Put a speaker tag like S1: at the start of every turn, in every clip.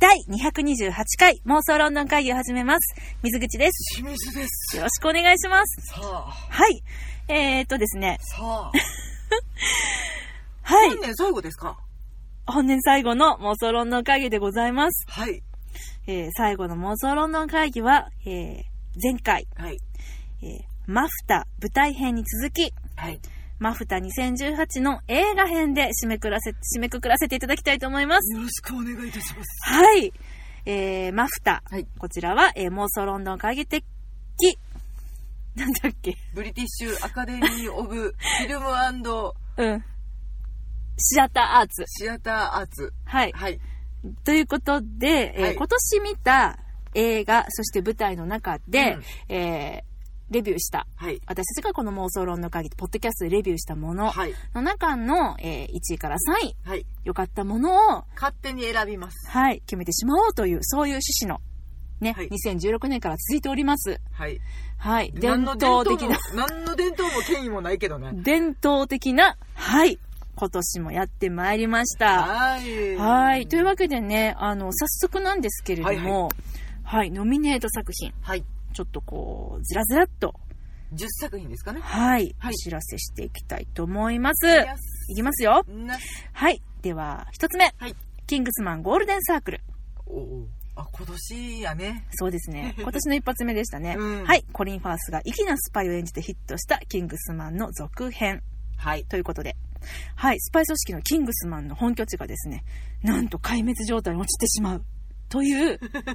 S1: 第228回妄想ロンドン会議を始めます。水口です。
S2: 清水です。
S1: よろしくお願いします。
S2: さあ、
S1: はい。えー、っとですね。
S2: さあ、
S1: はい
S2: 本。年最後ですか
S1: 本年最後の妄想ロンドン会議でございます。
S2: はい。
S1: えー、最後の妄想ロンドン会議は、えー、前回、
S2: はい。
S1: えー、マフタ舞台編に続き、
S2: はい。
S1: マフタ2018の映画編で締めくらせ、締めくくらせていただきたいと思います。
S2: よろしくお願いいたします。
S1: はい。えー、マフタ。
S2: はい。
S1: こちらは、えー妄想ロンドン会議的、なんだっけ
S2: ブリティッシュアカデミー・オブ・フィルム
S1: うん。シアターアーツ。
S2: シアターアーツ。
S1: はい。
S2: はい。
S1: ということで、えー
S2: はい
S1: 今年見た映画、そして舞台の中で、えーレビューした。
S2: はい。
S1: 私たちがこの妄想論の会議、ポッドキャストでレビューしたもの
S2: はい。
S1: の中の、え1位から3位、
S2: はい。
S1: 良かったものを、
S2: 勝手に選びます。
S1: はい、決めてしまおうという、そういう趣旨の、ね、
S2: はい
S1: 2016年から続いております。
S2: はい。
S1: はい、伝統的な、
S2: 何の伝統も。何の伝統も権威もないけどね。
S1: 伝統的な、はい、今年もやってまいりました。
S2: はい。
S1: はい。というわけでね、あの、早速なんですけれども、は、
S2: はいいは
S1: ノミネート作品、
S2: はい。
S1: ちょっとこう、ずらずらっと、
S2: 10作品ですかね。
S1: はい、
S2: はい
S1: お知らせしていきたいと思います。
S2: い
S1: い
S2: や
S1: きますよ。
S2: な
S1: はい。では、一つ目。
S2: はい
S1: キングスマンゴールデンサークル。
S2: おお。あ、今年やね。
S1: そうです ね。今年の一発目でしたね。
S2: うん
S1: はい。コリン・ファースが粋なスパイを演じてヒットしたキングスマンの続編
S2: はい。
S1: ということで。はい。スパイ組織のキングスマンの本拠地がですね、なんと壊滅状態に陥ってしまう。という、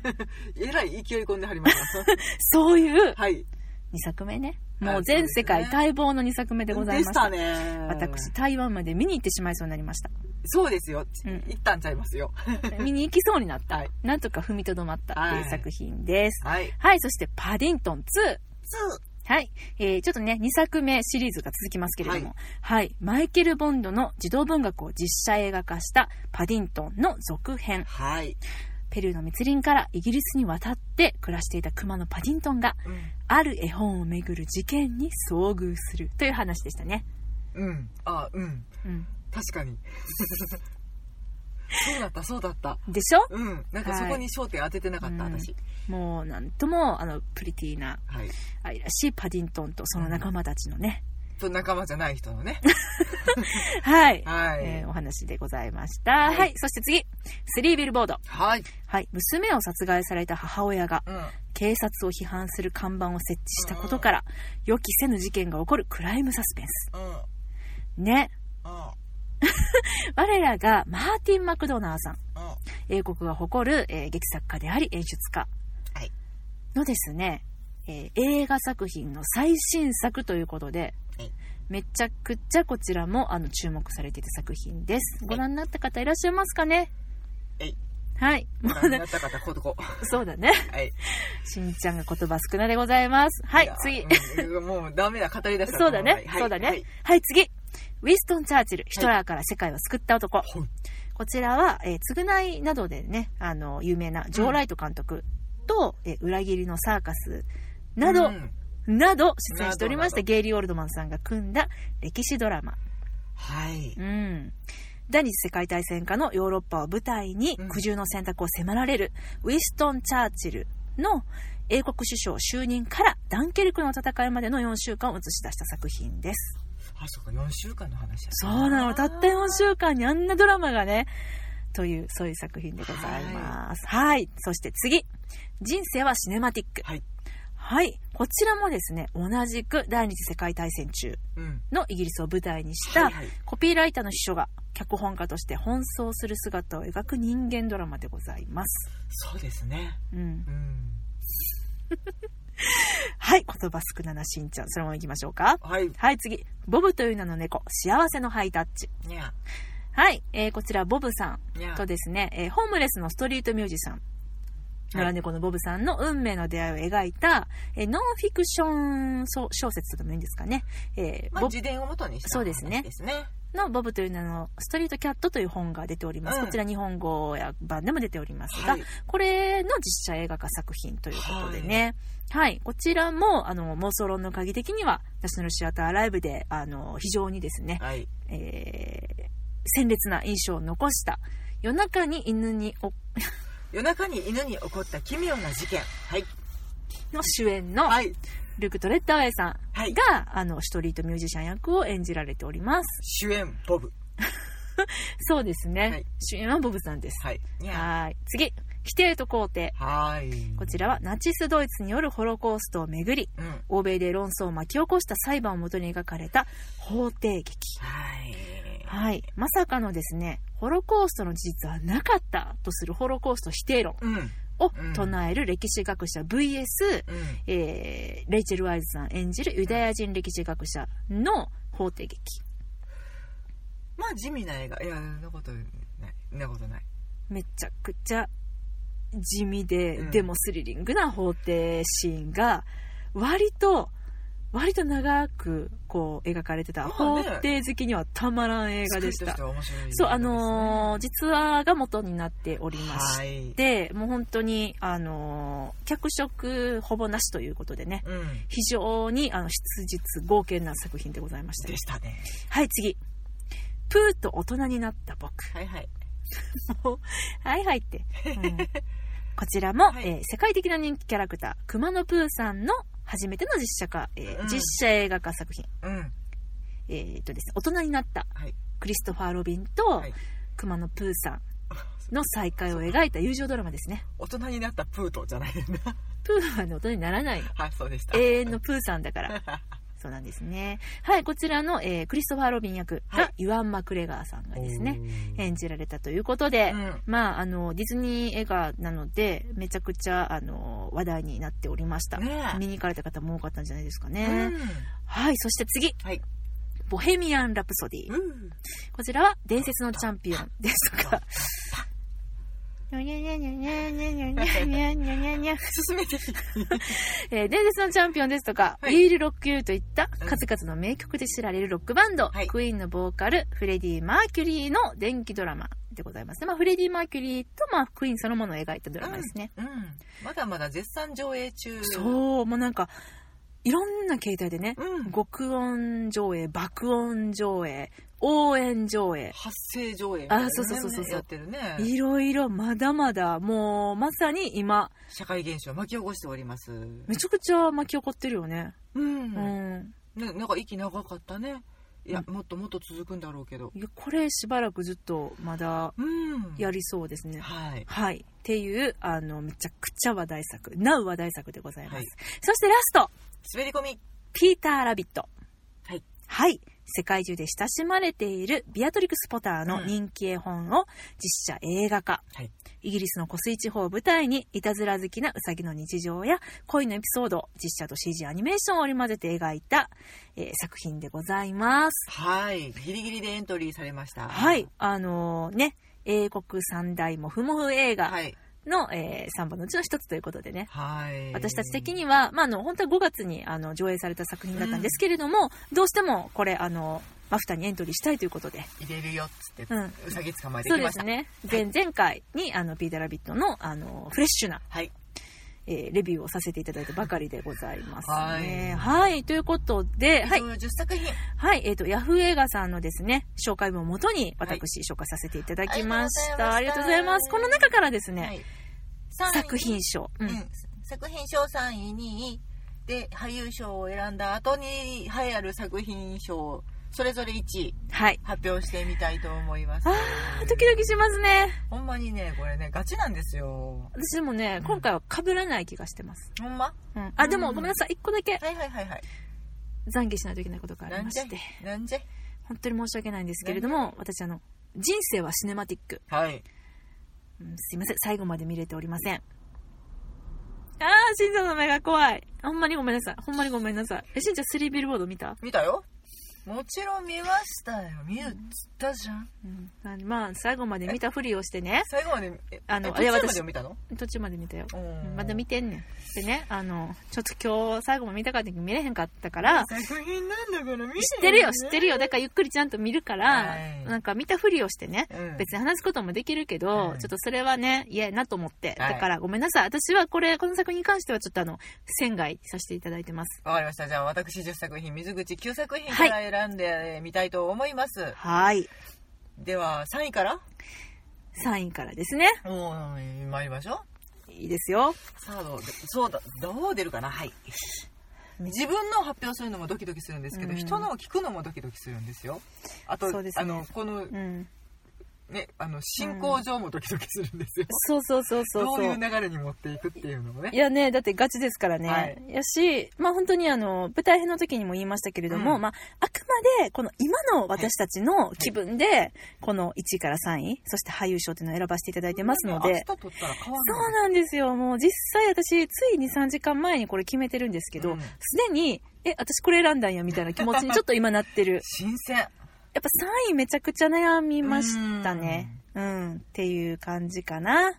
S2: えらい勢い込んではります。
S1: そういう
S2: はい。
S1: 2作目ね
S2: はい
S1: もう全世界
S2: そうです
S1: 待望の2作目でございました,、
S2: でしたね。
S1: 私。台湾まで見に行ってしまいそうになりました
S2: そうですよ。
S1: うん
S2: 一旦ちゃいますよ。
S1: 見に行きそうになった、
S2: はい
S1: なんとか踏みとどまったっていう作品です
S2: はい。
S1: はい、そして「パディントン2」
S2: つ
S1: はい、えー、ちょっとね2作目シリーズが続きますけれどもはい、マイケル・ボンドの児童文学を実写映画化した「パディントン」の続編
S2: はい。
S1: ペルーの密林からイギリスに渡って暮らしていた熊のパディントンがある絵本をめぐる事件に遭遇するという話でしたね
S2: うん。うん。あ、うん。
S1: うん
S2: 確かに。 そうだった、そうだった。
S1: でしょ
S2: うん。なんかそこに焦点当ててなかった、
S1: はい
S2: 私。
S1: もうなんともあのプリティな
S2: はい。
S1: 愛らしいパディントンとその仲間たちのね、
S2: と仲間じゃない人のね。
S1: はい、
S2: は い
S1: え。ーお話でございました、はい、そして次スリービルボード、
S2: はい。
S1: はい、娘を殺害された母親が
S2: うん。
S1: 警察を批判する看板を設置したことから予期せぬ事件が起こるクライムサスペンス
S2: うん。
S1: ね
S2: うん。
S1: 我らがマーティン・マクドナーさん
S2: うん。
S1: 英国が誇る、えー劇作家であり演出家
S2: はい
S1: のですね、えー映画作品の最新作ということで、
S2: はい
S1: めちゃくちゃこちらもあの注目されていた作品ですご覧になった方いらっしゃいますかね
S2: はい
S1: はいも
S2: ご
S1: う
S2: 覧に
S1: ね
S2: なった方、こうとこ。は
S1: そうだね
S2: い。
S1: しんちゃんが言葉少なでございますはい
S2: や
S1: 次。
S2: うんもうダメだ、語り出した。
S1: そうだね、
S2: はい
S1: そうだね。
S2: は
S1: はいい、次。ウィストン・チャーチル、ヒトラーから世界を救った男。
S2: ほい
S1: こちらは、えー償いなどでね、あの、有名なジョー・ライト監督と、えー裏切りのサーカスなど、
S2: うん
S1: など出演しておりました
S2: などなど
S1: ゲイリー・オールドマンさんが組んだ歴史ドラマ。
S2: はい。
S1: うん。第二次世界大戦下のヨーロッパを舞台に
S2: うん
S1: 苦渋の選択を迫られるウィストン・チャーチルの英国首相就任からダンケルクの戦いまでの4週間を映し出した作品です。
S2: あ、そっか、4週間の話だった
S1: そうなの。たった4週間にあんなドラマがね、という、そういう作品でございます。はい。そして次。人生はシネマティック。
S2: はい。
S1: はい。こちらもですね、同じく第二次世界大戦中
S2: うん。
S1: のイギリスを舞台にした
S2: はいはい
S1: コピーライターの秘書が脚本家として奔走する姿を描く人間ドラマでございます。
S2: そうですね。
S1: うん
S2: う、ん。
S1: はい、言葉少ななしんちゃん、そのまま行きましょうか。
S2: はい。
S1: はい、次。ボブという名の猫、幸せのハイタッチ。
S2: にゃ。
S1: はい、えー、こちらボブさ
S2: に
S1: ん
S2: ゃ
S1: と。ですね、えーホームレスのストリートミュージシャン、野良猫のボブさんの運命の出会いを描いた、えーノンフィクションそう小説とでもいいんですかね、えー
S2: まあ、
S1: ボ
S2: 自伝をもとにした
S1: そうですね
S2: 話ですね。
S1: のボブという名のストリートキャットという本が出ております。
S2: うん
S1: こちら日本語や版でも出ておりますが、
S2: はい。
S1: これの実写映画化作品ということでね。はい。こちらも、あの、妄想論の鍵的には、ナショナルシアターライブで、あの、非常にですね、
S2: はい。
S1: えー、鮮烈な印象を残した、夜中に犬にお、
S2: 夜中に犬に起こった奇妙な事件。はい。
S1: の主演の
S2: はい。
S1: ルーク・トレッダーウェイさんが、
S2: はい
S1: あのストリートミュージシャン役を演じられております
S2: 主演、ボブ。
S1: そうですね、
S2: はい
S1: 主演はボブさんです
S2: はい。にゃ
S1: はーい次規定と肯定
S2: ーはーい。
S1: こちらはナチスドイツによるホロコーストをめぐり
S2: うん。は
S1: 欧米で論争を巻き起こした裁判をもとに描かれた法廷劇
S2: い。
S1: はいまさかのですねホロコーストの事実はなかったとするホロコースト否定論
S2: うん。
S1: を
S2: うん
S1: 唱える歴史学者 VS、
S2: うん。
S1: えーレイチェル・ワイズさん演じるユダヤ人歴史学者の法廷劇
S2: まあ、地味な映画。いや、そんなことない。そんなことない。
S1: めちゃくちゃ地味で、
S2: うん
S1: でもスリリングな法廷シーンが割と割と長くこう描かれてた、
S2: まあ
S1: 法
S2: ね
S1: 廷好きにはたまらん映画でした
S2: 作った人は面白い映画です
S1: そ
S2: ね
S1: うあのー実話が元になっておりまし
S2: はい。
S1: てもう本当にあのー脚色ほぼなしということでね
S2: うん。
S1: 非常にあの質実豪健な作品でございました
S2: でしたね。
S1: はい次プーと大人になった僕
S2: はいはい。
S1: はいはいって、 うんこちらも、
S2: はい
S1: えー世界的な人気キャラクターくまのプーさんの初めての実写化、えー
S2: うん
S1: 実写映画化作品、
S2: うん。
S1: えーっとですね、大人になった
S2: はい
S1: クリストファー・ロビンと
S2: はい
S1: くまのプーさんの再会を描いた友情ドラマですね
S2: 大人になったプートじゃないんだ。
S1: プーは、ね、大人にならない
S2: はい、そうでした。
S1: 永遠 のプーさんだからそうなんですねはいこちらの、えークリストファー・ロビン役が、
S2: はい
S1: ユアン・マクレガーさんがですね
S2: おー。
S1: 演じられたということで、
S2: うん。
S1: まあ、あのディズニー映画なのでめちゃくちゃあの話題になっておりました、
S2: ねえ
S1: 見に行かれた方も多かったんじゃないですか
S2: う
S1: ね、
S2: ん。
S1: はいそして次
S2: はい。
S1: 「ボヘミアン・ラプソディ」
S2: うん。
S1: こちらは「伝説のチャンピオン」ですとか「にゃにゃにゃにゃにゃにゃにゃにゃにゃにゃにゃ
S2: 進めて。
S1: えー伝説のチャンピオンですとか、
S2: はい
S1: ウィール・ロック・ユーといった
S2: うん
S1: 数々の名曲で知られるロックバンド、
S2: はい
S1: クイーンのボーカル、フレディ・マーキュリーの電気ドラマでございますね。まあ、フレディ・マーキュリーと、まあ、クイーンそのものを描いたドラマですね。
S2: うん。まだまだ絶賛上映中。う。
S1: そう、もうなんか、いろんな形態でね、
S2: うん。
S1: 極音上映、爆音上映、応援上映、
S2: 発生上映みたいなね。
S1: あそうそうそうそうそう
S2: やってるね。
S1: いろいろまだまだ、もうまさに今、
S2: 社会現象を巻き起こしております。
S1: めちゃくちゃ巻き起こってるよね。
S2: うん。
S1: う
S2: ね、
S1: ん
S2: なんか息長かったね。いや、もっともっと続くんだろうけど。
S1: いやこれしばらくずっとまだ
S2: うん。
S1: やりそうですね。
S2: はい。
S1: はい。っていう、あの、めちゃくちゃ話題作、なう話題作でございます。
S2: はい
S1: そしてラスト、
S2: 滑り込み。
S1: ピーター・ラビット。
S2: はい。
S1: はい。世界中で親しまれているビアトリックス・ポターの
S2: うん
S1: 人気絵本を実写映画化。
S2: はい
S1: イギリスの湖水地方を舞台に、いたずら好きなウサギの日常や恋のエピソードを実写と CG アニメーションを織り交ぜて描いた、えー作品でございます。
S2: はい。ギリギリでエントリーされました。
S1: はい。。あのーね、英国三大モフモフ映画
S2: はい。
S1: の、え3本のうちの一つということでね。
S2: はい。
S1: 私たち的には、まあ、あの本当は5月にあの上映された作品だったんですけれども、どうしてもこれあのマフタにエントリーしたいということで、
S2: 入れるよっつって、
S1: うん、
S2: うさぎ捕まえて
S1: そう
S2: き
S1: で
S2: まし
S1: す
S2: た。
S1: ね前前回にあのピーター・ラビットのあのフレッシュな、
S2: はい。
S1: えーレビューをさせていただいたばかりでございますね。は、
S2: はい
S1: ということで、はい
S2: 以上10作品。
S1: はいえー、とヤフー映画さんのですね紹介文をもとに私、紹介させていただきましたあ
S2: あ
S1: り
S2: り
S1: が
S2: が
S1: とうござ
S2: とうござ
S1: い
S2: い
S1: ま
S2: ますす
S1: この中からですね、
S2: はい。三位
S1: 作品賞、うん
S2: うん、作品賞3位2位で俳優賞を選んだ後に栄えある作品賞それぞれ1位
S1: はい
S2: 発表してみたいと思います
S1: あードキドキしますね
S2: ほんまにねこれねガチなんですよ
S1: 私でもね今回は被らない気がしてます、
S2: ほんま
S1: うん、あでも
S2: うん
S1: ごめんなさい一個だけ
S2: はいはいはいはい
S1: 懺悔しないといけないことがありまし
S2: なん
S1: て
S2: じゃいなんじゃい
S1: 本当に申し訳ないんですけれども私あの人生はシネマティック、
S2: はい
S1: うんすいません最後まで見れておりませんあーしんちゃんの目が怖いほんまにごめんなさいほんまにごめんなさいえしんちゃんスリービルボード見た、
S2: 見たよもちろん見ましたよ見るっつったじゃん
S1: うん、あまあ最後まで見たふりをしてね
S2: 最後までえ
S1: あの
S2: え
S1: あれ
S2: 途中ま
S1: 私
S2: で見たの
S1: 途中まで見たよ
S2: うん
S1: まだ見てんねんでねあのちょっと今日最後まで見たかったけど見れへんかったから
S2: 作品なんだから見て
S1: 知ってるよ知ってるよだからゆっくりちゃんと見るから、
S2: はい
S1: なんか見たふりをしてね
S2: ら、うん、
S1: 別に話すこともできるけど、
S2: うん
S1: ちょっとそれはね嫌やなと思って、
S2: はい
S1: だからごめんなさい私はこれこの作品に関してはちょっとあの仙外させていただいてます
S2: わかりました。じゃあ私10作品、水口9作品から選んでみたいと思います。
S1: はい
S2: では3位から
S1: 3位からですね。
S2: もう参りましょ
S1: いいですよ。
S2: うさあどうでそうだどう出るかなはい自分のを発表するのもドキドキするんですけど、
S1: うん
S2: 人のを聞くのもドキドキするんですよあと、
S1: そうですね
S2: あのこの
S1: うん。
S2: ねあの進行上もドキドキするんですよ、
S1: そうそうそうそうそう。
S2: どういう流れに持っていくっていうのもね
S1: いやね、だってガチですからね。
S2: はい
S1: やし、まあ本当にあの、舞台編の時にも言いましたけれども、
S2: うん
S1: まあ、あくまで、この今の私たちの気分で、この1位から3位、そして俳優賞っていうのを選ばせていただいてますので、
S2: 明日取ったら変わ
S1: そう
S2: る
S1: なんですよ。もう実際私、つい2、3時間前にこれ決めてるんですけ
S2: う
S1: ど
S2: ん、。
S1: す、で、に、え、私これ選んだんや、みたいな気持ちにちょっと今なってる
S2: 新鮮
S1: やっぱ3位めちゃくちゃ悩みましたね。うん、っていう感じかな。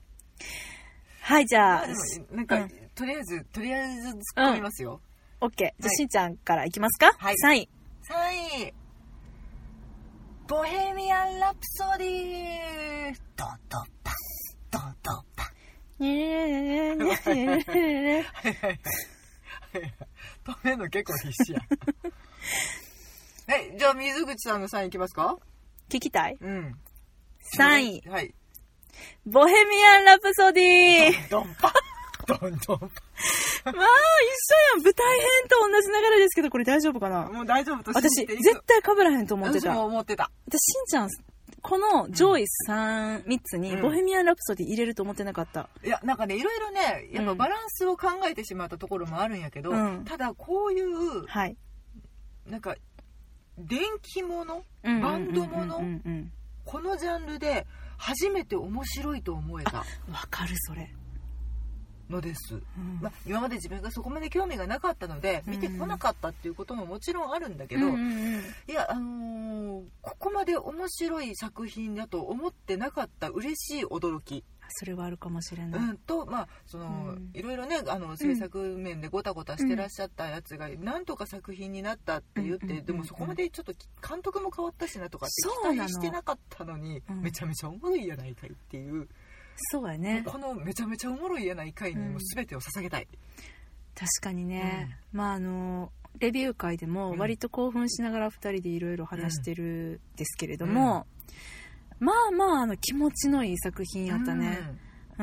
S1: はい、じゃ
S2: ま
S1: あ
S2: あで、もなんか、
S1: うん
S2: とりあえずとりあえず突っ込みますよ、
S1: オッケー。じゃあ、
S2: はい
S1: しんちゃんからいきますか
S2: はい
S1: 3位。
S2: 3位「ボヘミアン・ラプソディ」ドドパドドパ
S1: ねえねえねえねえねえねえ
S2: はいはいはい止めるの結構必死やはいじゃあ水口さんの3位いきますか
S1: 聞きたい
S2: うん
S1: ?3 位。
S2: はい
S1: ボヘミアン・ラプソ ディ
S2: ドンパドンド
S1: ま
S2: ン
S1: あ、一緒やん。舞台編と同じ流れですけど、これ大丈夫か
S2: パ
S1: な
S2: もう大丈夫と信
S1: 私、
S2: じていい
S1: 絶対被らへんと思って
S2: 私
S1: た。
S2: も
S1: 私、
S2: 思ってた
S1: しんちゃん、この上位3、3つに、
S2: うん
S1: ボヘミアン・ラプソディ入れると思ってなかった。
S2: いやなんかねいろいろねやっ
S1: う
S2: ぱ
S1: ん
S2: バランスを考えてしまったところもあるんやけど、
S1: うん
S2: ただこういう
S1: はい。
S2: なんか電気もの
S1: うん
S2: バンドもの
S1: うんうんうん
S2: このジャンルで初めて面白いと思えた
S1: うんわかる、それ。
S2: のです、
S1: うん
S2: まあ、今まで自分がそこまで興味がなかったので見てこなかったっていうことももちろんあるんだけど、
S1: うんうんうん
S2: いやあのーここまで面白い作品だと思ってなかった嬉しい驚き、
S1: それはあるかもしれ
S2: う
S1: ない。
S2: ん、とまあその、
S1: うん
S2: いろいろねあの制作面でごたごたしてらっしゃったやつが、なんとか作品になったって言って、
S1: うんうんうんうん
S2: でもそこまでちょっとき監督も変わったしなとかって
S1: そう
S2: 期
S1: なの
S2: 待してなかったのに
S1: うん
S2: めちゃめちゃおもろいやないかいっていう、
S1: そうやね。
S2: このめちゃめちゃおもろいやないかいにもう全てを捧げたい、
S1: 確かにね、まああのレビュー会でも
S2: うん
S1: 割と興奮しながら2人でいろいろ話してるんですけれども、まあまああの気持ちのいい作品やったね
S2: うん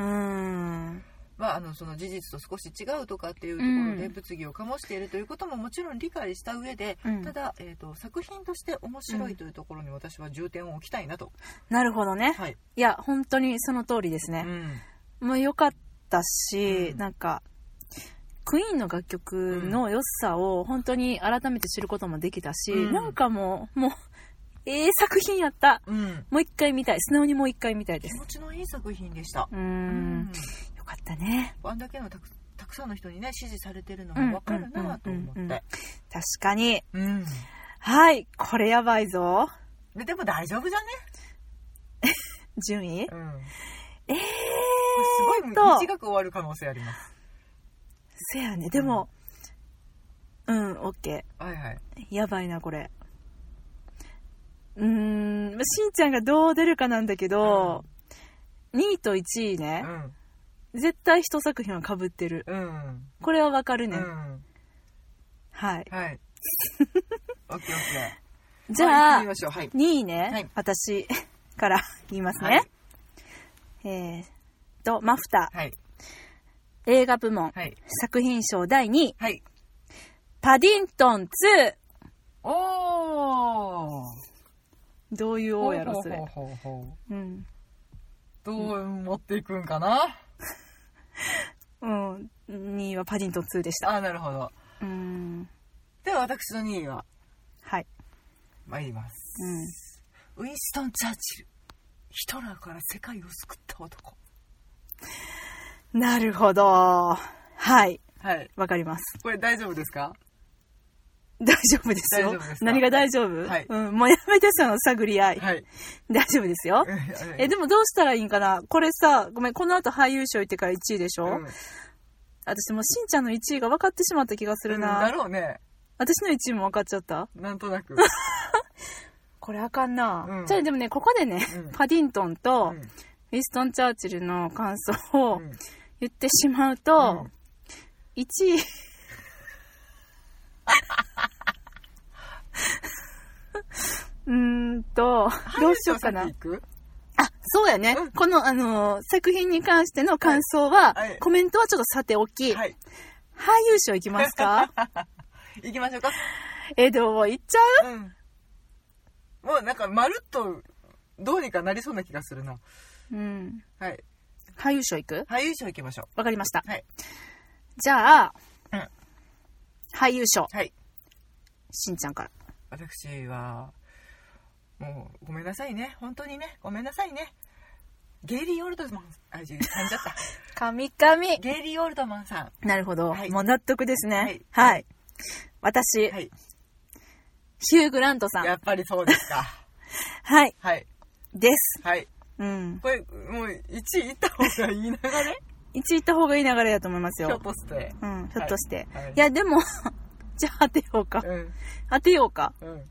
S1: うん
S2: まあ、あのその事実と少し違うとかっていうところ
S1: う
S2: で
S1: ん
S2: 物議を醸しているということももちろん理解した上で、
S1: うん
S2: ただ、えー、と作品として面白いというところに私は重点を置きたいなと、
S1: なるほどね
S2: はい、
S1: いや本当にその通りです
S2: う
S1: ね、
S2: ん、
S1: もう良かったし、
S2: うん
S1: なんかクイーンの楽曲の良さを本当に改めて知ることもできたし、
S2: うん
S1: なんかもうもうええ作品やった
S2: うん、
S1: もう一回見たい素直にもう一回見たいで
S2: 気
S1: す
S2: 持ちのいい作品でした、
S1: う、
S2: うん
S1: よかったね
S2: あんだけのたくたくさんの人にね支持されてるの
S1: うん
S2: も分かるなと
S1: うん
S2: 思
S1: うんうん
S2: っ
S1: うん
S2: て、
S1: 確かに。
S2: うん
S1: はい、これやばいぞ。
S2: ででも大丈夫じゃね、
S1: 順位
S2: うん、こ
S1: えー、
S2: れすごい短く終わる可能性あります
S1: せやね。でも、うん、オッケ
S2: はいはい
S1: ー。やばいな、これ。うーん、まあしんちゃんがどう出るかなんだけど、2位と1位ね、絶対一作品は被ってる。
S2: うんうん
S1: これはわかる
S2: う
S1: ね。
S2: ん
S1: はい。
S2: はい オッケーオッケー
S1: じゃ
S2: は
S1: あ
S2: い行ってみ、ましょうはい
S1: 2位ね、
S2: はい
S1: 私 から言いますね。
S2: はい
S1: えーっと、マフタ、
S2: はい
S1: 映画部門、
S2: はい
S1: 作品賞第2位、
S2: はい
S1: パディントン2。
S2: おー
S1: どういう王やろ、それ
S2: ほう。ほうほうほ
S1: うん。
S2: うどう持っていくんかな、
S1: うん。2位はパディントン2でした。
S2: あなるほど
S1: うん。
S2: では私の2位は
S1: はい。
S2: 参ります
S1: うん。
S2: ウィンストン・チャーチルヒトラーから世界を救った男
S1: なるほど。はい。
S2: はい
S1: わかります。
S2: これ大丈夫ですか
S1: 大丈夫ですよ
S2: 大丈夫です。か
S1: 何が大丈夫
S2: はい
S1: うん。もうやめて、その探り合い。
S2: はい
S1: 大丈夫ですよ。 え、でもどうしたらいいんかなこれさ、ごめん、この後俳優賞行ってから1位でしょ、
S2: うん
S1: 私もうしんちゃんの1位が分かってしまった気がするな。
S2: だろうね
S1: 私の1位も分かっちゃった
S2: なんとなく、
S1: これあかんな。
S2: うん
S1: じゃあでもね、ここでね、
S2: うん
S1: パディントンと、
S2: うん
S1: ウィンストン・チャーチルの感想を
S2: うん
S1: 言ってしまうと、
S2: うん
S1: 1位、うーんと、どうしようかな。
S2: ハ
S1: あ
S2: リウッド先行く、
S1: そそうやね。
S2: うん
S1: この、あのー作品に関しての感想は、
S2: はいはい
S1: コメントはちょっとさておき、
S2: はい。
S1: 俳優賞いきます か
S2: 行きましょうか。
S1: え、でも、いっちゃう
S2: うん。もうなんか、まるっと、どうにかなりそうな気がするな。
S1: うん。
S2: はい。
S1: 俳優賞いく
S2: 俳優賞行きましょ
S1: わかりました。
S2: う。はい。
S1: じゃあ、
S2: うん
S1: 俳優賞、
S2: はい。
S1: しんちゃんから。
S2: 私は、もう、ごめんなさいね。本当にね。ごめんなさいね。ゲイリー・オールドマン、あ、噛んじゃった。
S1: 神々
S2: ゲイリー・オールドマンさん。
S1: なるほど、
S2: はい
S1: もう納得ですね。
S2: はい
S1: はい。私、
S2: はい。
S1: ヒュー・グラントさん。
S2: やっぱりそうですか。
S1: はい。
S2: はい。
S1: です。
S2: はい。
S1: うん。
S2: これ、もう、1位いった方がいい
S1: 1
S2: 流れ
S1: 位行った方がいい流れだと思います
S2: ひょっ
S1: よ。
S2: として。
S1: うん、ひょっとして。
S2: はい
S1: い
S2: はい
S1: や、でも、 じゃあ当てようか
S2: う。ん。
S1: 当てようか。
S2: うん。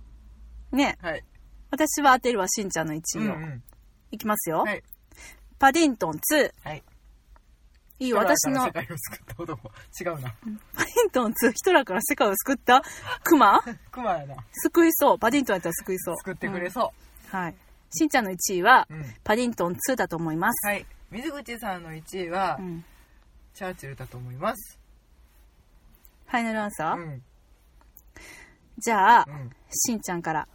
S1: ね。
S2: はい。
S1: 私は当てるわ、しんちゃんの1
S2: うん
S1: 位を。
S2: うん。
S1: いきますよ。
S2: はい。
S1: パディントン2。
S2: はい。
S1: いいよ、私の。
S2: 世界を救った男。違うな。
S1: パディントン2、ヒトラーから世界を救ったクマ
S2: クマやな。
S1: 救いそう。パディントンやったら救いそう。
S2: 救ってく
S1: う
S2: れ
S1: ん
S2: そ
S1: はい。しんちゃんの1位は、
S2: う。うん。
S1: パディントン2だと思います。
S2: はい。水口さんの1位は、
S1: うん
S2: チャーチルだと思います。
S1: ファイナルアン
S2: う
S1: サー、
S2: ん。
S1: じゃあ
S2: う、ん。
S1: しんちゃんから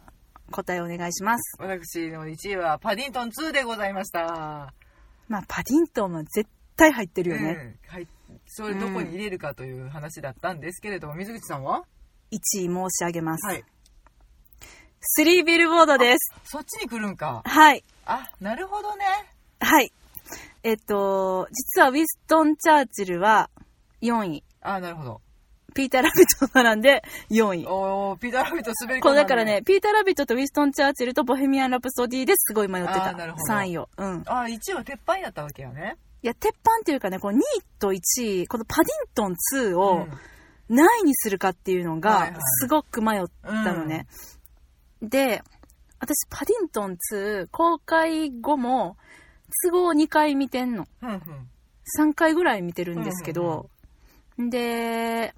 S1: 答えお願いします。
S2: 私の1位は、パディントン2でございました。
S1: まあ、パディントンは絶対入ってるよ
S2: う
S1: ね。
S2: ん。はい。それどこに入れるかという話だったんですけれども、水口さんは
S1: 1位申し上げます。
S2: はい。
S1: スリービルボードです。
S2: そっちに来るんか。
S1: はい。
S2: あ、なるほどね。
S1: はい。えっと、実はウィストン・チャーチルは4位。
S2: あ、なるほど。
S1: ピーター・ラビットと並んで4位。
S2: おー、ピーターラビット滑り込んだ、
S1: こうだからね、。ピーター・ラビットとウィストン・チャーチルとボヘミアン・ラプソディですごい迷って
S2: あ
S1: た。
S2: ーなるほど
S1: 3位を。うん。
S2: あ、1位は鉄板だったわけやね。
S1: いや、鉄板っていうかね、この2位と1位、このパディントン2
S2: う
S1: を何位にするかっていうの
S2: はい
S1: が
S2: はい、
S1: すごく迷ったのね。で、私、パディントン2、公開後も、都合2回見てんの。
S2: うんうん。
S1: 3回ぐらい見てるんですけ
S2: うんうん
S1: ど、で、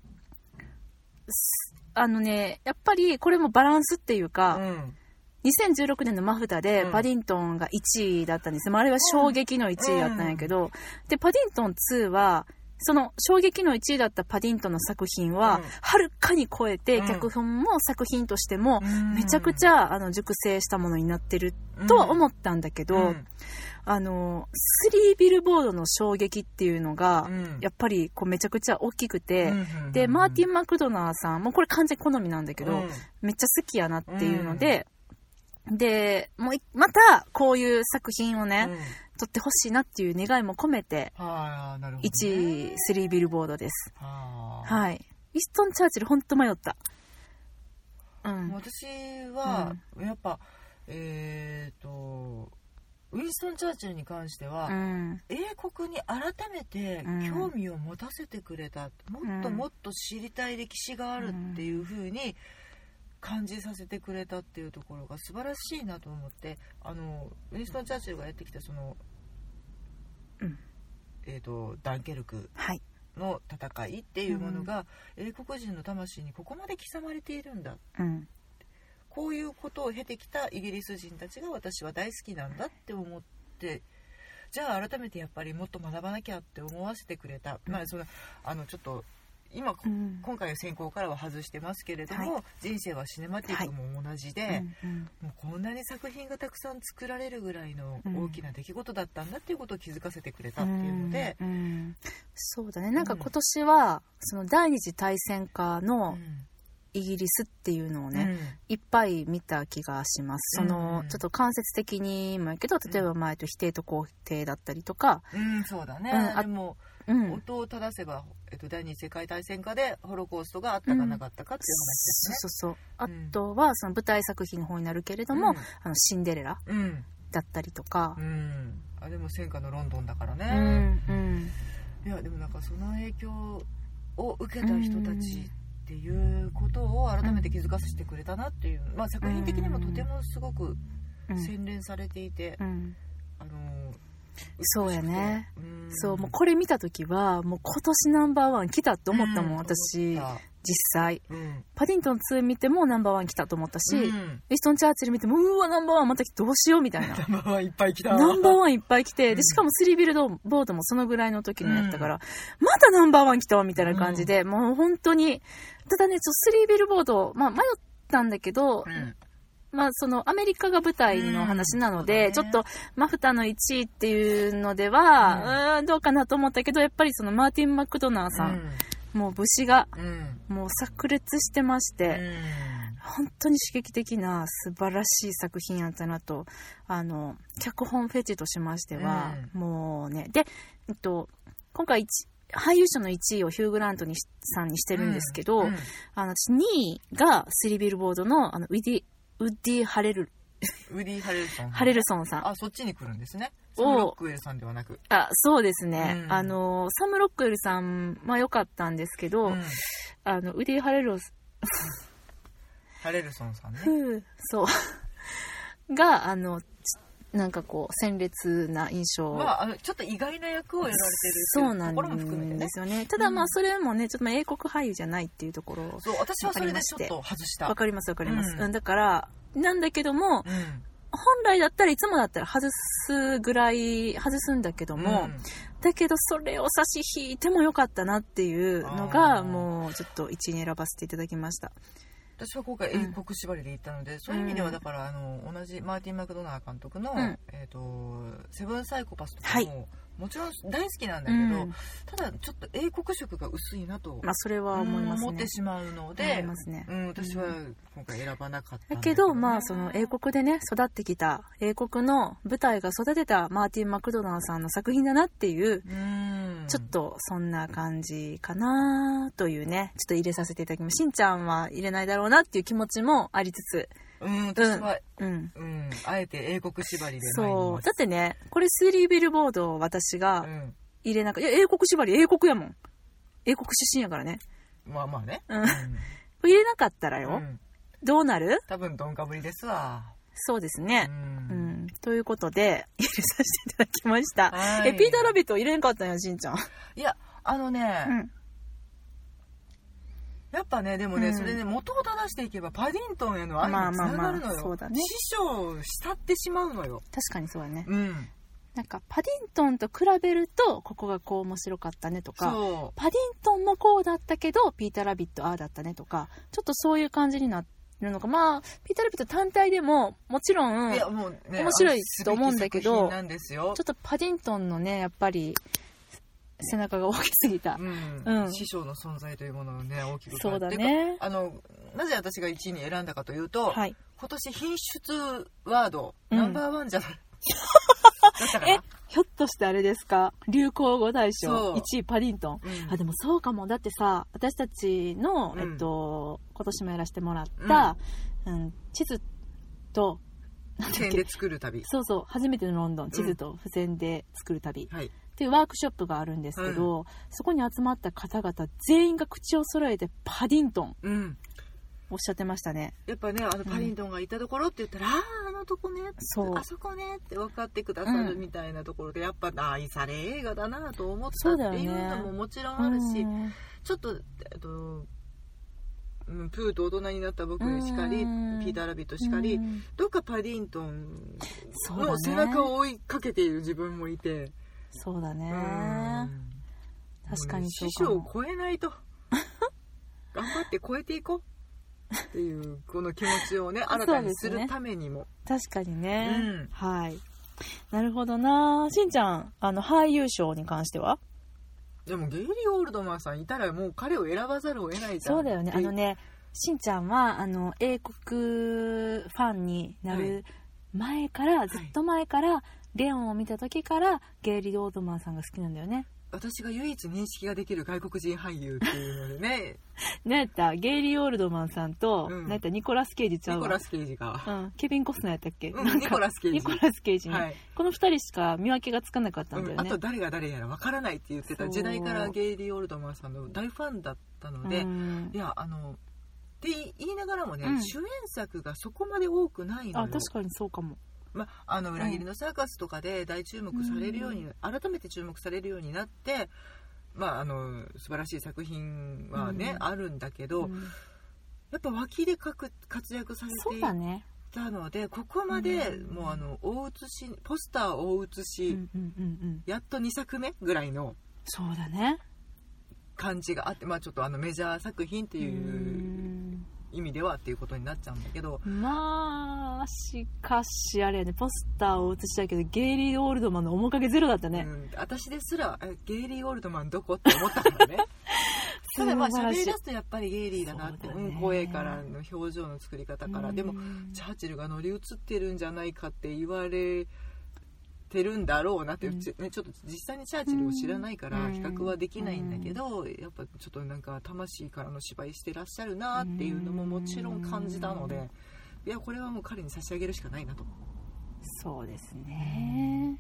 S1: すあのね、やっぱりこれもバランスっていうか、
S2: うん。
S1: 2016年のマフダで
S2: うん
S1: パディントンが1位だったんですよ、まあ、あれは衝撃の1位だったんやけど、でパディントン2はその衝撃の1位だったパディントンの作品は、
S2: うん
S1: はるかに超えて
S2: うん
S1: 脚本も作品としても
S2: うん
S1: めちゃくちゃあの熟成したものになってるとは思ったんだけど、
S2: うん
S1: あの3ビルボードの衝撃っていうのが
S2: うん
S1: やっぱりこうめちゃくちゃ大きくて、
S2: うんうんうん
S1: でマーティン・マクドナーさんもうこれ完全に好みなんだけど、
S2: うん
S1: めっちゃ好きやなっていうので、でもういまたこういう作品をね、
S2: うん
S1: 撮ってほしいなっていう願いも込めて
S2: はあ、なるほど、ね。
S1: 1位スリービルボードです、
S2: はあ。
S1: はいウィストン・チャーチルほんと迷ったう
S2: も
S1: ん
S2: う私は、やっぱ、えっ、と、ウィンストン・チャーチルに関しては、
S1: うん
S2: 英国に改めて
S1: うん
S2: 興味を持たせてくれた、もっともっと知りたい歴史があるっていう風に感じさせてくれたっていうところが素晴らしいなと思ってあのウィンストン・チャーチルがやってきたその、
S1: うん
S2: えー、とダンケルク
S1: はい
S2: の戦いっていうものが、英国人の魂にここまで刻まれているんだ
S1: うん
S2: こういうことを経てきたイギリス人たちが私は大好きなんだって思ってじゃあ改めてやっぱりもっと学ばなきゃって思わせてくれた、まあそのあのちょっと今、
S1: うん
S2: 今回の選考からは外してますけれども、人生はシネマティックも同じで、
S1: うん
S2: もうこんなに作品がたくさん作られるぐらいの
S1: うん
S2: 大きな出来事だったんだっていうことを気づかせてくれたっていうので、
S1: うんうんそうだねなんか今年はその第二次大戦下
S2: うん
S1: のイギリスっていうのをね、いっぱい見た気がします。その、
S2: うん
S1: ちょっと間接的にもやけど、例えば前と否定と肯定だったりとか、
S2: うんうんそうだね、
S1: うんあ
S2: でも
S1: うん。
S2: 音を正せば、えっと、第二次世界大戦下でホロコーストがあったかなかったかっていう話です
S1: そうそうそう。
S2: ね。
S1: あ
S2: うん
S1: とは、その舞台作品の方になるけれども、あの、シンデレラ
S2: うん、うん
S1: だったりとか
S2: う、んあでも戦火のロンドンだから
S1: うん、
S2: ね、
S1: うん。
S2: いやでもなんかその影響を受けた人たちっていうことを改めて気づかせてくれたなっていう、まあ、作品的にもとてもすごく
S1: うん
S2: 洗練されていて、
S1: うん。
S2: あのー
S1: そうやね。
S2: 美しくてん
S1: そう、もうこれ見た時は、もう今年ナンバーワン来たって思ったもん、
S2: ん
S1: 私。
S2: 思った
S1: 実際
S2: うん
S1: パディントン2見てもナンバーワン来たと思ったし、
S2: う
S1: ウ
S2: ん
S1: ィストン・チャーチル見てもうわナンバーワンまた来てどうしようみたい な
S2: ナンバーワンいっぱい来た
S1: ナンバー
S2: ン
S1: ワンいっぱい来て、
S2: うん
S1: で、しかもスリービルドボードもそのぐらいの時にやったから、まだナンバーワン来たわ、みたいな感じで、もう本当に、ただね、ちょっとスリービルボード、まあ迷ったんだけど、
S2: うん
S1: まあそのアメリカが舞台の話なので、
S2: うん
S1: ち
S2: そう
S1: ょ
S2: だ
S1: っ
S2: ね
S1: とマフタの1位っていうのでは、うーん、どうかなと思ったけど、やっぱりそのマーティン・マクドナーさん、もう武士が、
S2: うんうん
S1: もう炸裂してまして、
S2: うん
S1: 本当に刺激的な素晴らしい作品やったなとあの脚本フェチとしましては、もうねで、えっと、今回一俳優賞の1位をヒュー・グラントにしさんにしてるんですけど、
S2: うん
S1: あの私2位がスリービルボードのあのウィディウッディ・ハレル
S2: ウィリー・ハレルソン
S1: ハレルソンさん
S2: あそっちに来るんですね
S1: お
S2: サム・ロックウェルさんではなく
S1: あそうですね、
S2: うん
S1: あのサム・ロックウェルさんまあ良かったんですけど、
S2: うん
S1: あのウィディ・ハレルソン
S2: ハレルソンさんね
S1: ふうそう。 が、あの、ちなんかこう、鮮烈な印象を。
S2: まああのちょっと意外な役をやられてるってい
S1: そうな
S2: と
S1: ん
S2: ころも含めてね
S1: ですよね。ただま
S2: う
S1: あ
S2: ん
S1: それもね、ちょっとまあ英国俳優じゃないっていうところ
S2: そう私はそれでちょっと外した
S1: わかりますわかります。
S2: うん
S1: うん、だから、なんだけども、
S2: う
S1: 本来だったらいつもだったら外すぐらい外すんだけど
S2: ん
S1: も、
S2: うん
S1: だけどそれを差し引いてもよかったなっていうのが、
S2: あー
S1: もうちょっと1位に選ばせていただきました。
S2: 私は今回英国縛りで行ったので、そういう意味ではだからあの同じマーティン・マクドナー監督の「
S1: うん
S2: えー、とセブン・サイコパス」と
S1: は
S2: か
S1: い
S2: も、もちろん大好きなんだ
S1: う
S2: け
S1: ん
S2: ど、。ただちょっと英国色が薄いなと、
S1: まあそれは思います
S2: うん思っ
S1: ね
S2: て。しまうの
S1: 思い
S2: で、
S1: ますね。
S2: うん、私は今回選ばなかったん
S1: だ
S2: だ
S1: けど、まあ、
S2: ね
S1: その英国でね、育ってきた、英国の舞台が育てたマーティン・マクドナーさんの作品だなっていう、
S2: うん
S1: ちょっとそんな感じかなというね、ちょっと入れさせていただきます。しんちゃんは入れないだろうなっていう気持ちもありつつ、
S2: うん私は、
S1: うん。
S2: うん、あえて英国縛りで
S1: そ
S2: ま
S1: う。だってね、これスリービルボードを私
S2: う
S1: が
S2: ん、
S1: 入れなかいや、英国縛り、英国やもん。英国出身やからね。
S2: まあまあね、
S1: うん
S2: うん
S1: これ入れなかったら
S2: う
S1: よ、
S2: ん
S1: どうなる
S2: 多分鈍化ぶりですわ、
S1: そうです
S2: う
S1: ね。うんん。ということで、入れさせていただきました。
S2: はい
S1: え、ピーターラビット入れんかったんや、しんちゃん。
S2: いやあのね、やっぱねでもね、
S1: うん
S2: それね元を正していけばパディントンへの愛につながるのよ、
S1: まあまあまあそうだね
S2: 師匠を慕ってしまうのよ
S1: 確かにそうだね。
S2: うん
S1: なんか、パディントンと比べると、ここがこう面白かったねとか、
S2: そ
S1: パディントンもこうだったけど、ピーターラビットああだったねとか、ちょっとそういう感じになるのか。まあ、ピーターラビット単体でも、もちろ
S2: う、
S1: ん、
S2: い
S1: ち
S2: や
S1: ょ
S2: もうね
S1: 面白いと思うんだけど
S2: あのすべき作品なんですよ
S1: っとパディントンのね、やっぱり、背中が大きすぎた。
S2: うん
S1: うん
S2: 師匠の存在というものをね大きく
S1: そうだ
S2: っていうか
S1: ね。
S2: あのなぜ私が1位に選んだかというと、
S1: はい。
S2: 今年品質ワード
S1: うん
S2: ナンバーワンじ ゃない、だったか
S1: え
S2: な、
S1: ひょっとしてあれですか流行語大賞
S2: そう
S1: 1位パディントン。
S2: うん
S1: あでもそうかもだってさ私たちの、
S2: うん
S1: えっと、今年もやらせてもらった、うん地図となんだっ
S2: 点
S1: け
S2: で作る旅
S1: そうそう初めてのロンドン地図と付箋で作る旅、
S2: はい
S1: っていうワークショップがあるんですけど、そこに集まった方々全員が口を揃えてパディントン
S2: うん
S1: おっしゃってましたね
S2: やっぱねあのパリントンがいたところって言ったら、あああのとこね
S1: そう
S2: あそこねって分かってくださるみたいなところで、やっぱ愛され映画だなと思った
S1: そう
S2: っ
S1: だよ
S2: て
S1: ね
S2: いうのももちろんあるし、
S1: うん
S2: ちょっと、えっとうん、プーと大人になった僕にしかり、
S1: うん
S2: ピーター・ラビットしかり、
S1: うん
S2: どっかパディントン
S1: そうだ
S2: の
S1: ね
S2: 背中を追いかけている自分もいて、
S1: そうだ
S2: う
S1: ね
S2: ん
S1: 確かにそう
S2: 師
S1: か
S2: 匠
S1: も
S2: を超えな いと頑張って超えていこうっていうこの気持ち をね新たにするためにも、
S1: 確かにね、
S2: うん
S1: はいなるほどなしんちゃんあの俳優賞に関しては
S2: でもゲイリー・オールドマンさんいたらもう彼を選ばざるを得ないじゃん
S1: そうだよね
S2: って
S1: あ
S2: い
S1: のねしんちゃんはあの英国ファンになる前から、ずっと前から、レオンを見た時からゲイリー・オードマンさんが好きなんだよね。
S2: 私が唯一認識ができる外国人俳優っていう のでね
S1: なんやったゲイリー・オールドマンさんと、
S2: うん
S1: なんやったニコラス・ケイジち
S2: ニ
S1: ゃう
S2: コ
S1: わ
S2: ラ。ス・ケイジが、
S1: うん、ケビン・コスナーやったっけ、
S2: うん
S1: なん
S2: ニコ
S1: か
S2: ラス・ケイジ
S1: ニコラス・ケイジね、
S2: はい
S1: この二人しか見分けがつかなかったんだ
S2: うん
S1: よ
S2: あ
S1: ね。
S2: と誰が誰やらわからないって言ってた時代から
S1: そう
S2: ゲイリー・オールドマンさんの大ファンだったので、
S1: うん
S2: いやあのって言いながらもね、
S1: うん
S2: 主演作がそこまで多くないのよ
S1: あ確かにそうかも。
S2: まあの裏切りのサーカスとかで大注目されるように、改めて注目されるようになってまあ、あの素晴らしい作品はね、
S1: うん
S2: あるんだけど、
S1: うん
S2: やっぱ脇で書く活躍され
S1: そ
S2: て
S1: う
S2: い
S1: だね、
S2: たので、ここまで
S1: うん
S2: もうあの大写しポスター大写し、
S1: うんうんうんうん、
S2: やっと2作目ぐらいの
S1: そうだね
S2: 感じがあって、まあ、ちょっとあのメジャー作品って
S1: う
S2: いうん意味ではっていうことになっちゃうんだけど、
S1: まあしかしあれやねポスターを写したけどゲイリー・オールドマンの面影ゼロだったね、
S2: うん、私ですらえゲイリー・オールドマンどこって思ったからね ただまあ
S1: 素晴
S2: 喋
S1: らしい
S2: り出すとやっぱりゲイリーだなって
S1: そう
S2: う
S1: だね
S2: ん、声からの表情の作り方から、でも
S1: うん
S2: チャーチルが乗り移ってるんじゃないかって言われてるんだろうなって、
S1: うん
S2: うちね、ちょっと実際にチャーチルを知らないから
S1: うん
S2: 比較はできないんだけど、やっぱちょっとなんか魂からの芝居してらっしゃるなっていうのももちろん感じたので、いやこれはもう彼に差し上げるしかないなと。
S1: そうですね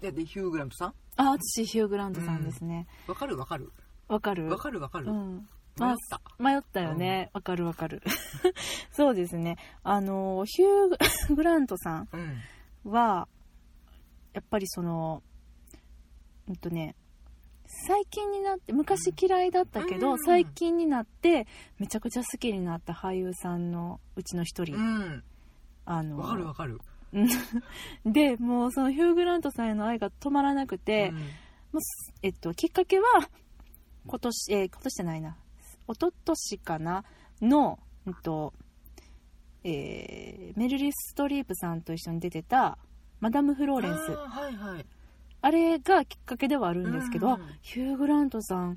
S2: ででヒュー・グラントさん
S1: あ私ヒュー・グラントさんですね
S2: わかるわかる
S1: わ、かる
S2: わかるわかる、
S1: うん
S2: 迷った
S1: 迷ったよねわ、かるわかる そうですねあのヒュー・ グラントさん
S2: うん
S1: はやっぱりそのうんとね最近になって昔嫌いだったけど、
S2: うん
S1: 最近になってめちゃくちゃ好きになった俳優さんのうちの一人、
S2: うん
S1: あの
S2: わかるわかる
S1: でもうそのヒュー・グラントさんへの愛が止まらなくて、
S2: うん
S1: もうすえっと、きっかけは今年、えー今年じゃないな一昨年かなの、うんとえーメルリス・ストリープさんと一緒に出てた「マダム・フローレンス」
S2: あーはいはい
S1: あれがきっかけではあるんですけど、
S2: うん
S1: あヒュー・グラントさん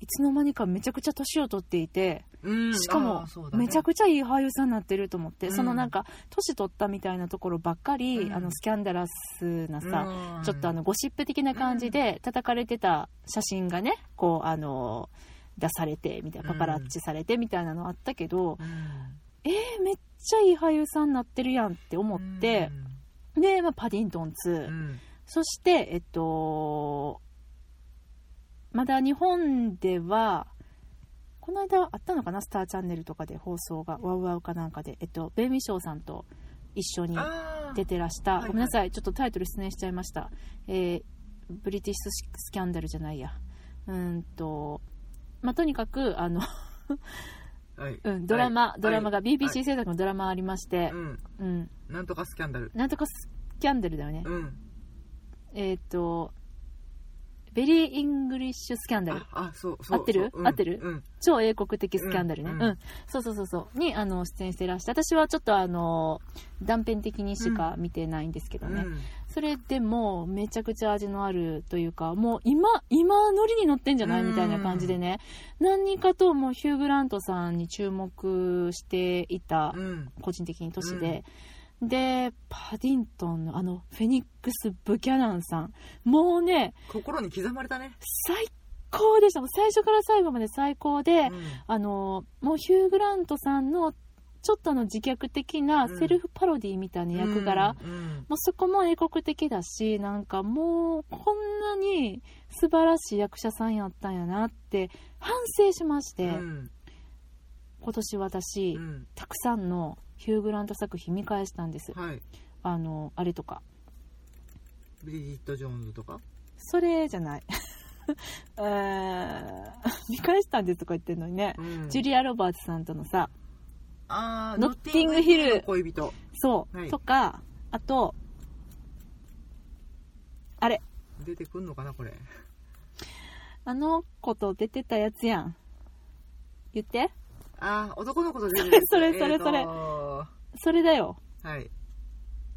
S1: いつの間にかめちゃくちゃ年を取っていて、
S2: うん
S1: しかも
S2: あーそうだね
S1: めちゃくちゃいい俳優さんになってると思って、
S2: うん
S1: そのなんか年取ったみたいなところばっかり、
S2: うん
S1: あのスキャンダラスなさ、
S2: うん
S1: ちょっとあのゴシップ的な感じで叩かれてた写真がねこうあの出されてみたいなパパラッチされてみたいなのあったけど、
S2: うん
S1: えめっちゃいい俳優さんになってるやんって思って、で、まあ、パディントン2、
S2: うんうん
S1: そしてえっとまだ日本ではこの間あったのかなスターチャンネルとかで放送がワウワウかなんかでえっとベイミショーさんと一緒に
S2: あー
S1: 出てらした、
S2: はいはい
S1: ごめんなさいちょっとタイトル失念しちゃいました、えーブリティッシュスキャンダルじゃないやうーんとまあとにかくあの、
S2: はい
S1: うん、ドラマ、
S2: はい
S1: ドラマが
S2: はい
S1: BBC 制作のドラマありまして、
S2: うん
S1: うん、
S2: なんとかスキャンダル
S1: なんとかスキャンダルだよね、
S2: うん
S1: えっ、とベリー・イングリッシュ・スキャンダル
S2: ああそうそう
S1: 合ってる
S2: そううん
S1: 合ってる
S2: うん
S1: 超英国的スキャンダルね、う
S2: うんん
S1: そうそうそうそうにあの出演してらして私はちょっとあの断片的にしか見てないんですけどね、
S2: うん
S1: それでもめちゃくちゃ味のあるというかもう今今ノリに乗ってんじゃないみたいな感じでね何人かともうヒュー・グラントさんに注目していた
S2: うん
S1: 個人的に年で、でパディントンのあのフェニックス・ブキャナンさんもうね
S2: 心に刻まれたね
S1: 最高でしたもう最初から最後まで最高で、
S2: うん
S1: あのもうヒュー・グラントさんのちょっとの自虐的なセルフパロディみたいな役柄、
S2: うん
S1: もうそこも英国的だしなんかもうこんなに素晴らしい役者さんやったんやなって反省しまして、
S2: うん
S1: 今年私、
S2: うん
S1: たくさんのヒュー・グラント作品見返したんです
S2: はい
S1: あのあれとか
S2: ブリジット・ジョーンズとか
S1: それじゃないえ ー 見返したんですとか言ってるのにね、
S2: うん
S1: ジュリア・ロバーツさんとのさ
S2: あー
S1: ノッティングヒル
S2: ノッティングヒルの恋人
S1: そう、
S2: はい
S1: とかあとあれ
S2: 出てくんのかなこれ
S1: あの子と出てたやつやん言って
S2: あー男の子と出てる
S1: それそれ
S2: えーと
S1: それそれだよ
S2: はい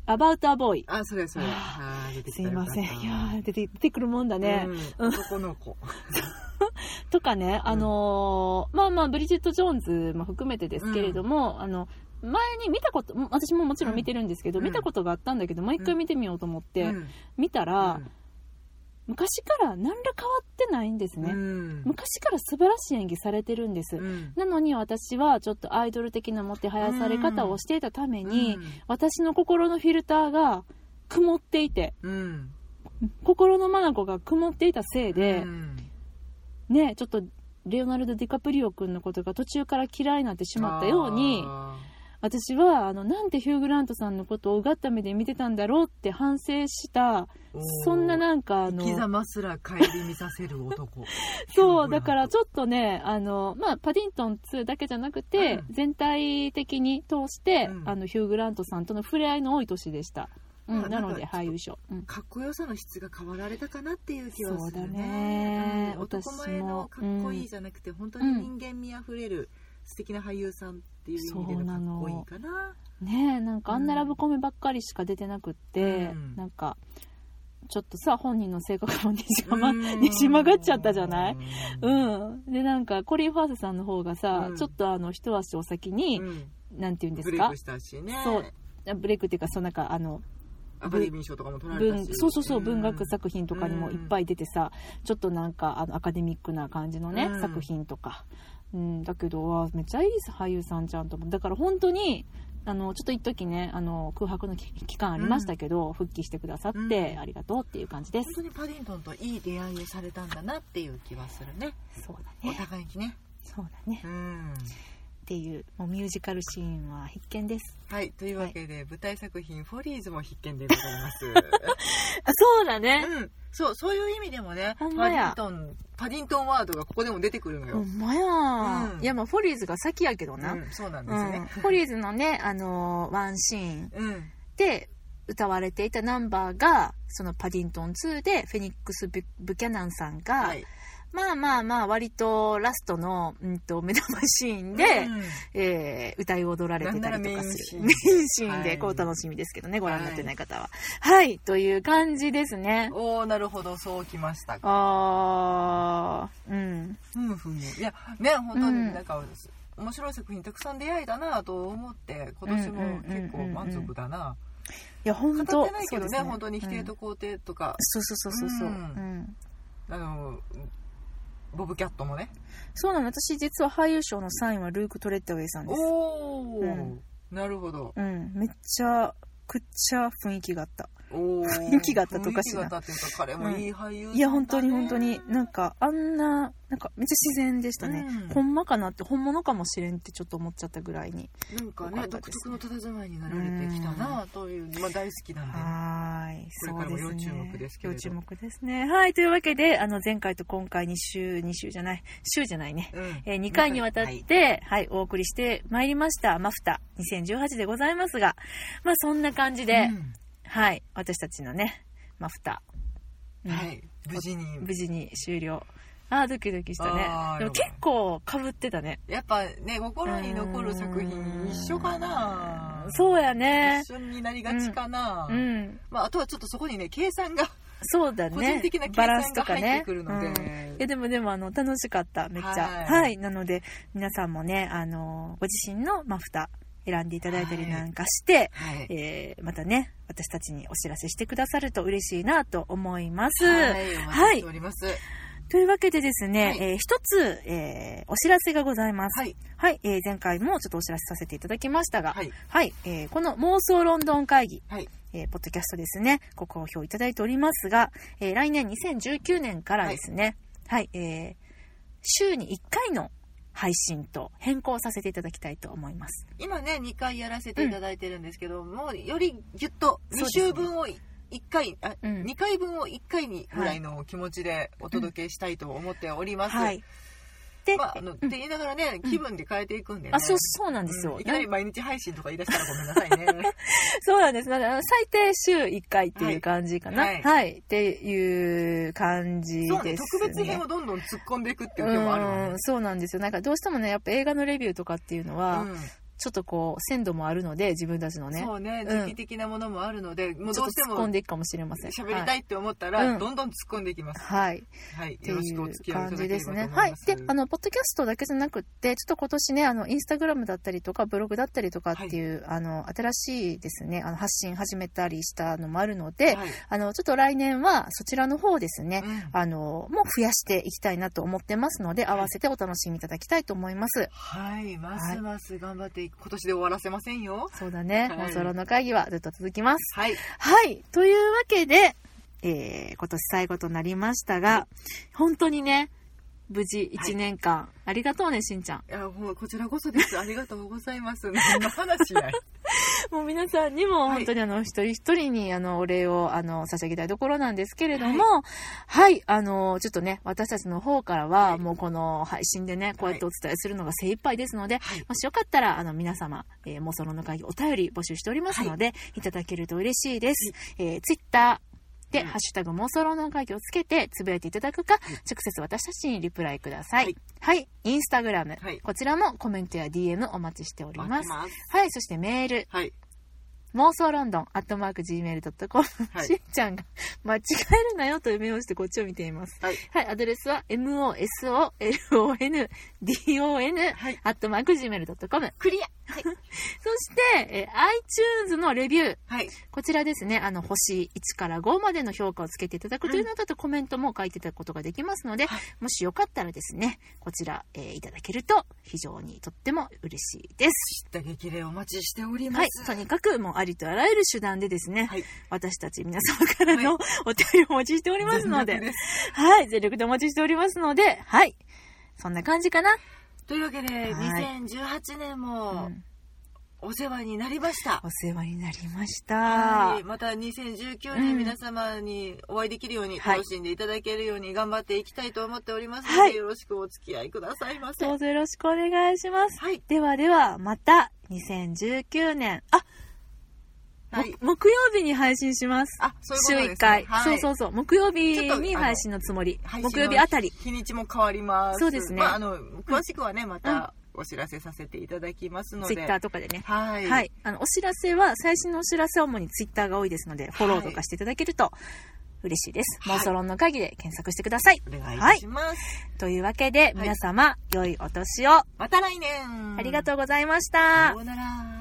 S1: アバウターボーイ。
S2: あそれそれ
S1: あ
S2: あー出てき
S1: す
S2: た
S1: いません。い
S2: よかった
S1: やー出て出てくるもんだね。
S2: うん、男の子
S1: とかね、あのーまあまあ、ブリジット・ジョーンズも含めてですけれども、あの、前に見たこと、も私ももちろん見てるんですけど、
S2: うん
S1: 見たことがあったんだけど、もう一回見てみようと思って、
S2: うん
S1: 見たら、昔から何ら変わってないんです
S2: うん
S1: ね、
S2: うん
S1: 昔から素晴らしい演技されてるんです。
S2: うん
S1: なのに私はちょっとアイドル的なもてはやされ方をしていたために、私の心のフィルターが曇っていて、
S2: うんうん
S1: 心の眼が曇っていたせいで
S2: う、ん
S1: ねちょっとレオナルド・ディカプリオ君のことが途中から嫌いになってしまったように
S2: あ
S1: 私はあのなんてヒュー・グラントさんのことをうがった目で見てたんだろうって反省したそんななんかあの
S2: 生き様すら顧みさせる男
S1: そうだ からちょっとねあの、まあ、パディントン2だけじゃなくて、
S2: うん
S1: 全体的に通して、
S2: うん
S1: あのヒュー・グラントさんとの触れ合いの多い年でした、うん
S2: まあ
S1: な
S2: なんか
S1: ので
S2: ちょっと
S1: 俳優賞、うん
S2: かっこよさの質が変わられたかなっていう気はするね
S1: そうだね
S2: うん男前のか
S1: 私も
S2: っこいいじゃなくて、本当に人間味あふれる素敵な俳優さんっていう意味で
S1: そう
S2: の
S1: な
S2: か
S1: の
S2: っこいいかな
S1: ねえなんかあんな
S2: うん
S1: ラブコメばっかりしか出てなくって、
S2: うん
S1: なんかちょっとさ本人の性格もねじ曲が,、
S2: うん
S1: ねじ曲がっちゃったじゃない
S2: うん
S1: うん、でなんかコリン・ファースさんの方がさ、
S2: うん
S1: ちょっとあの一足お先に、なんて言うんで
S2: ブ
S1: す
S2: レイ
S1: か
S2: クしたしね
S1: そうブレイクっていうかそのなんかあの
S2: アカデミー賞とかも取られた
S1: 文
S2: し
S1: そうそうそう、
S2: ん
S1: 文学作品とかにもいっぱい出てさ、ちょっとなんかあのアカデミックな感じのね、
S2: うん
S1: 作品とか、うん、だけどわめっちゃいい俳優さんちゃんと思うだから本当にあのちょっと一時ねあの空白の期期間ありましたけど、復帰してくださって、
S2: うん
S1: ありがとうっていう感じです
S2: 本、当にパディントンといい出会いをされたんだなっていう気はするね
S1: そうだ
S2: お
S1: ね
S2: 互いにね
S1: そうだね
S2: うん
S1: っていうもうミュージカルシーンは必見です
S2: はいというわけで、舞台作品「フォリーズ」も必見でございます
S1: あそうだね
S2: うんそうそういう意味でもねパ
S1: ほ
S2: デ
S1: んま
S2: ィ
S1: や
S2: ントンパディントンワードがここでも出てくるの
S1: ほ
S2: よ、
S1: んまや、
S2: うん
S1: いやまあフォリーズが先やけど
S2: う
S1: な、うん
S2: ん、そうなんです
S1: フ
S2: ね
S1: ォリーズのね、あのーワンシーン
S2: うん、
S1: で歌われていたナンバーがそのパディントン2でフェニックス・ブブキャナンさんが、
S2: はい
S1: まあまあまあ割とラストの、うん、と目玉シーンで、
S2: うん
S1: えー歌い踊られてたりとかする
S2: なんな
S1: メ
S2: らメインシーン
S1: インシーン
S2: は
S1: で
S2: い
S1: こう楽しみですけどね、ご覧になってない方ははい、という感じですね
S2: おおなるほどそうきましたか
S1: あーうん
S2: ふむふむいやね本当
S1: うん
S2: になんか、面白い作品たくさん出会いだなと思って今年も結構満足だな、
S1: いや本当
S2: 語ってないけど
S1: そう
S2: ね
S1: です
S2: 本当に否定と
S1: うん
S2: 肯定とか、
S1: そうそうそうそうそう、
S2: うん
S1: うん
S2: あのボブキャットもね
S1: そうなの私実は俳優賞の3位はルーク・トレッドウェイさんです
S2: おお、
S1: うん
S2: なるほど
S1: うん、めっちゃくっちゃ雰囲気があった
S2: おお
S1: 雰囲 気があったとおかしいな
S2: 雰囲気があったっていうか彼もいい俳優さんだね
S1: いや本当に本当になんかあんななんかめっちゃ自然でしたね、
S2: うん
S1: ほんまかなって本物かもしれんってちょっと思っちゃったぐらいに
S2: なんか
S1: よ
S2: ね
S1: かった
S2: 独
S1: です
S2: 特
S1: ね
S2: の佇まいになられてきたなという、まあ、大好きなんで
S1: はーい
S2: こ
S1: そ
S2: れ
S1: う
S2: か
S1: で
S2: らも
S1: すね
S2: 要注目ですけれど
S1: 要注目ですねはいというわけであの前回と今回2週2週じゃない週じゃないね
S2: うん
S1: え2回にわたって、はい、お送りしてまいりました、マフタ2018でございますが、まあそんな感じで、
S2: うん
S1: はい、私たちのね、マフタ、うん
S2: はい無事に
S1: 無事に終了あードキドキしたね
S2: あー
S1: でも結構かぶってたね
S2: やっぱね心に残る作品一緒かな
S1: そうやね
S2: 一緒になりがちかな、
S1: うん
S2: まあ、あとはちょっとそこにね計算が、
S1: そうだね
S2: 個人的な計
S1: バラン
S2: 算
S1: ス
S2: が
S1: とか
S2: 入って
S1: ね
S2: くるので、
S1: うんいやでもでもあの楽しかっためっちゃは
S2: はいい、
S1: なので皆さんもねあのご自身のマフタ選んでいただいたり
S2: はい
S1: なんかして、
S2: はい
S1: えーまたね私たちにお知らせしてくださると嬉しいなと思います、
S2: はい、お待ちしております。
S1: というわけでですね、
S2: はい
S1: えー一つ、えーお知らせがございます
S2: はい、
S1: はい、えー前回もちょっとお知らせさせていただきましたが、は、
S2: はいい、
S1: えーこの妄想ロンドン会議、
S2: はい、
S1: えーポッドキャストですね、ご好評いただいておりますが、えー来年2019年からですね、はい、えー週に1回の配信と変更させていただきたいと思います。
S2: 今ね、2回やらせていただいてるんですけど、もうよりぎゅっと2週分を1回、あ、
S1: うん
S2: 2回分を1回にぐらいの気持ちでお届けしたいと思っております。
S1: はい。で、
S2: まあ、あ
S1: う
S2: の、っ
S1: ん
S2: て言いながらね、気分で変えていくんでね。
S1: あそう、そうなんですよ。
S2: うんいきなり毎日配信とか言い出したらごめんなさい ね。
S1: そうなんです。なのであの最低週1回っていう感じかな。は。
S2: はいい
S1: っていう感じです、ね
S2: そうね、特別編をどんどん突っ込んでいくっていう手もあるもん
S1: う
S2: ね
S1: んそうなんですよなんかどうしてもねやっぱ映画のレビューとかっていうのは、
S2: うん
S1: ちょっとこう鮮度もあるので自分たちのね
S2: そうね、
S1: うん
S2: 時期的なものもあるので、もう
S1: ち
S2: ど
S1: ょ
S2: う
S1: っ
S2: して
S1: と突っ込
S2: も
S1: んでいくかもしれません
S2: 喋りたいって思ったら、
S1: はいうん
S2: どんどん突っ込んでいきます。
S1: はい、はい、
S2: はい
S1: っ、て
S2: よろし
S1: い
S2: くお付
S1: う
S2: き合いい
S1: 感
S2: ただ
S1: じ
S2: けれ
S1: で
S2: ばと
S1: す
S2: 思
S1: ね
S2: います。
S1: はいであのポッドキャストだけじゃなくってちょっと今年ねあのインスタグラムだったりとかブログだったりとかっていう、あの新しいですねあの発信始めたりしたのもあるので、
S2: はい
S1: あのちょっと来年はそちらの方ですね、
S2: うん
S1: あのもう増やしていきたいなと思ってますので合わせてお楽しみいただきたいと思います、
S2: はい、ますます頑張っていく、今年で終わらせませんよ。
S1: そうだね、
S2: はい
S1: 妄想論の会議はずっと続きます。
S2: はい、
S1: はい、というわけで、えー今年最後となりましたが、本当にね、無事1年間、ありがとうねしんちゃん
S2: いやもうこちらこそですありがとうございます何の話やい
S1: もう皆さんにも本当にあの一人一人にあのお礼をあの差し上げたいところなんですけれども、はい、あのちょっとね私たちの方からはもうこの配信でねこうやってお伝えするのが精一杯ですので、もしよかったらあの皆様、えー、妄想の会議お便り募集しておりますので、い、ただけると嬉しいです。えー、ツイッターで、
S2: うん
S1: ハッシュタグ妄想論の会議をつけてつぶやいていただくか、直接私たちにリプライください。は
S2: はいい、
S1: インスタグラム、
S2: はい
S1: こちらもコメントや DM お待ちしており
S2: 待
S1: ま
S2: っ
S1: す
S2: て。ます
S1: はい、そしてメール、
S2: はい
S1: 妄想ロンドン、アットマーク Gmail.com、
S2: はい
S1: しんちゃんが間違えるなよという目をしてこっちを見ています。
S2: はい
S1: はい、アドレスは mosolondon、
S2: はい
S1: アットマーク Gmail.com。
S2: クリアは い、
S1: そして、えー iTunes のレビュー。
S2: はい、
S1: こちらですね、あの、星1から5までの評価をつけていただくというのだと、コメントも書いていただくことができますので、
S2: はい
S1: もしよかったらですね、こちら、えーいただけると非常にとっても嬉しいです。
S2: 知った激励お待ちしておりま
S1: はい
S2: す、、
S1: とにかくもうありとあらゆる手段でですね、
S2: はい
S1: 私たち皆様からのお便りをお待ちしておりますの
S2: 全
S1: で、
S2: 力す
S1: はい、全力でお待ちしておりますので、はい、そんな感じかな。
S2: というわけで、
S1: はい
S2: 2018年
S1: う
S2: も
S1: ん
S2: お世話になりました、
S1: お世話になりました。
S2: はい、また2019
S1: う
S2: 年
S1: ん
S2: 皆様にお会いできるように
S1: はい
S2: 楽しんでいただけるように頑張っていきたいと思っておりますので、
S1: はい
S2: よろしくお付き合いくださいませ。
S1: ど
S2: は
S1: うぞよろしくお願いします。
S2: い、
S1: ではでは、また2019年、あ、
S2: はい
S1: も木曜日に配信します。
S2: あ、そういう
S1: 週
S2: ことです、ね。
S1: 1回、
S2: はい、
S1: そうそうそう。木曜日
S2: ちょっとあ
S1: に
S2: の
S1: 配信のつもり。
S2: 配信の
S1: 木曜日あたり。
S2: 日にちも変わります。
S1: そうですね
S2: まあ、あの、詳しくはね、またお知らせさせていただきますの
S1: ツ
S2: で。
S1: イッターとかでね。
S2: はい。
S1: はい。あの、お知らせは、最新のお知らせは主にツイッターが多いですので、フォローとかしていただけると嬉しいです。
S2: はい
S1: 妄想論の会議で検索してください。
S2: お願いいたします。
S1: というわけで、皆様、良いお年を。
S2: また来年
S1: ありがとうございまし
S2: う
S1: た
S2: さ。ようなら。